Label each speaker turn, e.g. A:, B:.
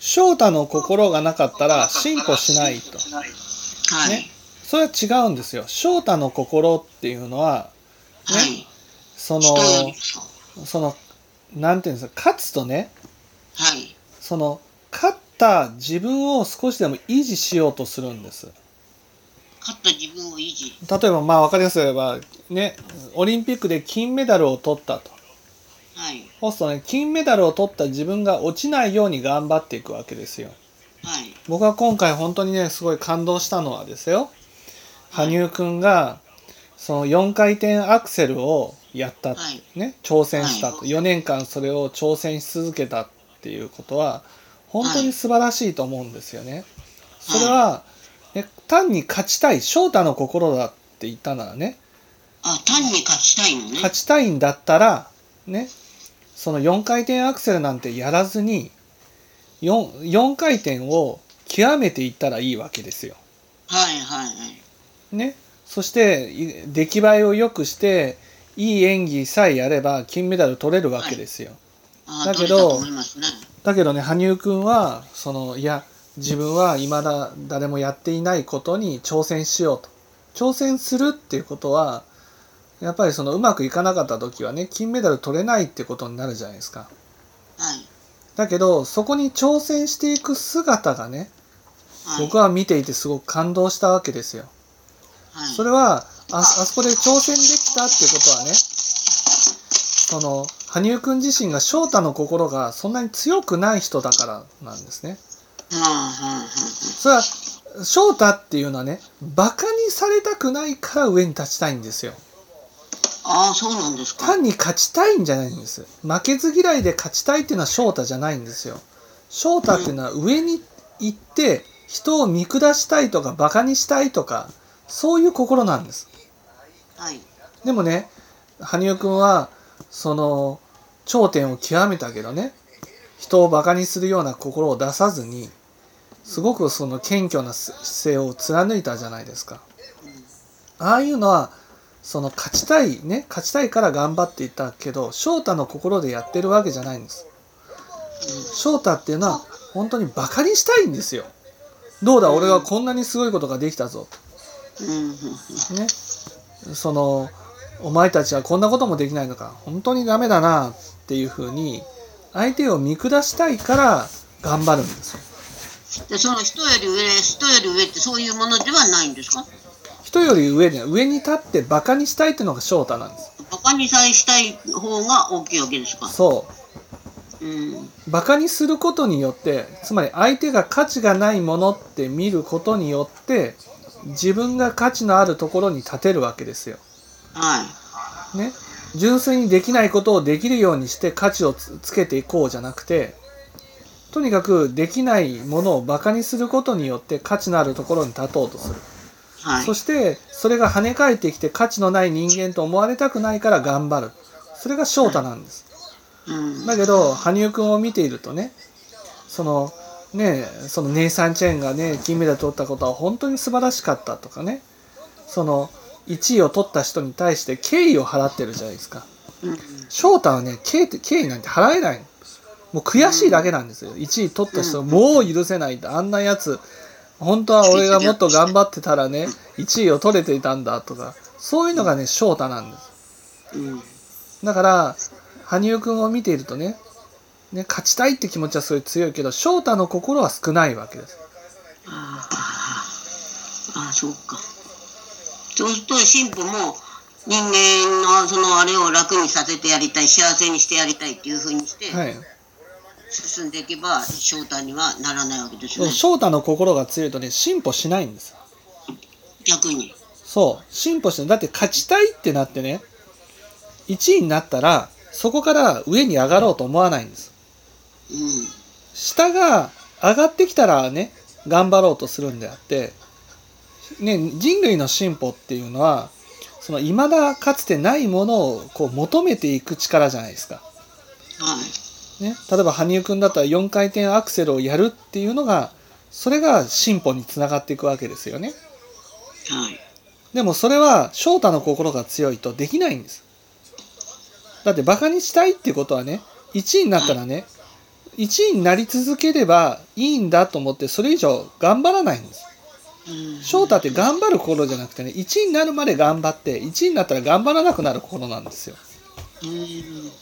A: 翔太の心がなかったら進歩しないと。
B: はい。
A: ねそれは違うんですよ。翔太の心っていうのは、
B: はい。
A: そ
B: 人より
A: の、
B: そう
A: その、なんていうんですか、勝つとね、
B: はい。
A: その、勝った自分を少しでも維持しようとするんです。
B: 勝った自分を維持。
A: 例えば、まあ、わかりやすく言えば、ね、オリンピックで金メダルを取ったと。
B: はい。
A: そうするとね、金メダルを取った自分が落ちないように頑張っていくわけですよ。
B: はい。
A: 僕は今回本当にねすごい感動したのはですよ羽生くんがその4回転アクセルをやった、
B: はい
A: ね、挑戦したと、
B: は
A: 4年間それを挑戦し続けたっていうことは本当に素晴らしいと思うんですよね。それは、ね、単に勝ちたい翔太の心だって言ったならね
B: あ、単に勝ちたいのね。
A: 勝ちたいんだったらねその4回転アクセルなんてやらずに 4, 4回転を極めていったらいいわけですよ。
B: はいはいはい。
A: ね、そしてい出来栄えを良くしていい演技さえやれば金メダル取れるわけですよ。
B: あ
A: だけど
B: 取れたと思いますね。
A: だけどね羽生君はそのいや自分は未だ誰もやっていないことに挑戦しようと挑戦するっていうことはやっぱりそのうまくいかなかった時はね金メダル取れないってことになるじゃないですか
B: はい。
A: だけどそこに挑戦していく姿がね
B: はい、
A: 僕は見ていてすごく感動したわけですよ
B: はい、
A: それはああそこで挑戦できたっていうことはねその羽生君自身が翔太の心がそんなに強くない人だからなんですね
B: うんうんうんうん
A: それは翔太っていうのはねバカにされたくないから上に立ちたいんですよ
B: ああ、そうなんですか。はい。
A: 単に勝ちたいんじゃないんです負けず嫌いで勝ちたいっていうのは翔太じゃないんですよ翔太っていうのは上に行って人を見下したいとかバカにしたいとかそういう心なんです
B: はい。
A: でもね羽生くんはその頂点を極めたけどね人をバカにするような心を出さずにすごくその謙虚な姿勢を貫いたじゃないですかああいうのはその勝ちたいね勝ちたいから頑張っていたけど翔太の心でやってるわけじゃないんです翔太っていうのは本当にバカにしたいんですよどうだ俺はこんなにすごいことができたぞ
B: うんうんうんうん
A: ね、そのお前たちはこんなこともできないのか本当にダメだなっていうふうに相手を見下したいから頑張るんですよ
B: で、その人より上、人より上ってそういうものではないんですか
A: 人より上で上に立ってバカにしたいっていうのが翔太なんです
B: バカにさえしたい方が大きいわけですか。
A: そ
B: うん。
A: うバカにすることによってつまり相手が価値がないものって見ることによって自分が価値のあるところに立てるわけですよ
B: はい。
A: ね、純粋にできないことをできるようにして価値をつつけていこうじゃなくてとにかくできないものをバカにすることによって価値のあるところに立とうとする、
B: はい
A: そ。してそれが跳ね返ってきて価値のない人間と思われたくないから頑張るそれが翔太なんです、
B: うん。
A: だけど羽生君を見ているとねそのねそのネイサン・チェンがね金メダル取ったことは本当に素晴らしかったとかねその1位を取った人に対して敬意を払ってるじゃないですか
B: うん。
A: 翔太はね敬って敬意なんて払えないのもう悔しいだけなんですよ1位取った人はもう許せないってあんなやつ本当は俺がもっと頑張ってたら ね1位を取れていたんだとかそういうのがね翔太なんです
B: うん。
A: だから羽生君を見ているとねね勝ちたいって気持ちはすごい強いけど翔太の心は少ないわけです
B: ああ、そうか。そうすると、神父も人間のそのあれを楽にさせてやりたい、幸せにしてやりたいっていうふうにして、
A: はい
B: 進んでいけば、翔太にはならないわけですよね。
A: 翔太の心が強いとね進歩しないんです
B: 逆に。
A: そう進歩してだって勝ちたいってなってね1位になったらそこから上に上がろうと思わないんです
B: うん。
A: 下が上がってきたらね頑張ろうとするんであって、ね、人類の進歩っていうのはその未だかつてないものをこう求めていく力じゃないですか、
B: はい。
A: ね、例えば羽生くんだったら4回転アクセルをやるっていうのがそれが進歩につながっていくわけですよね
B: はい。
A: でもそれは翔太の心が強いとできないんです。だってバカにしたいっていうことはね、1位になったらね、 1位になり続ければいいんだと思って、それ以上頑張らないんです。
B: うん
A: 翔太って頑張る頃じゃなくてね、1位になるまで頑張って、1位になったら頑張らなくなる頃なんですよ。
B: うん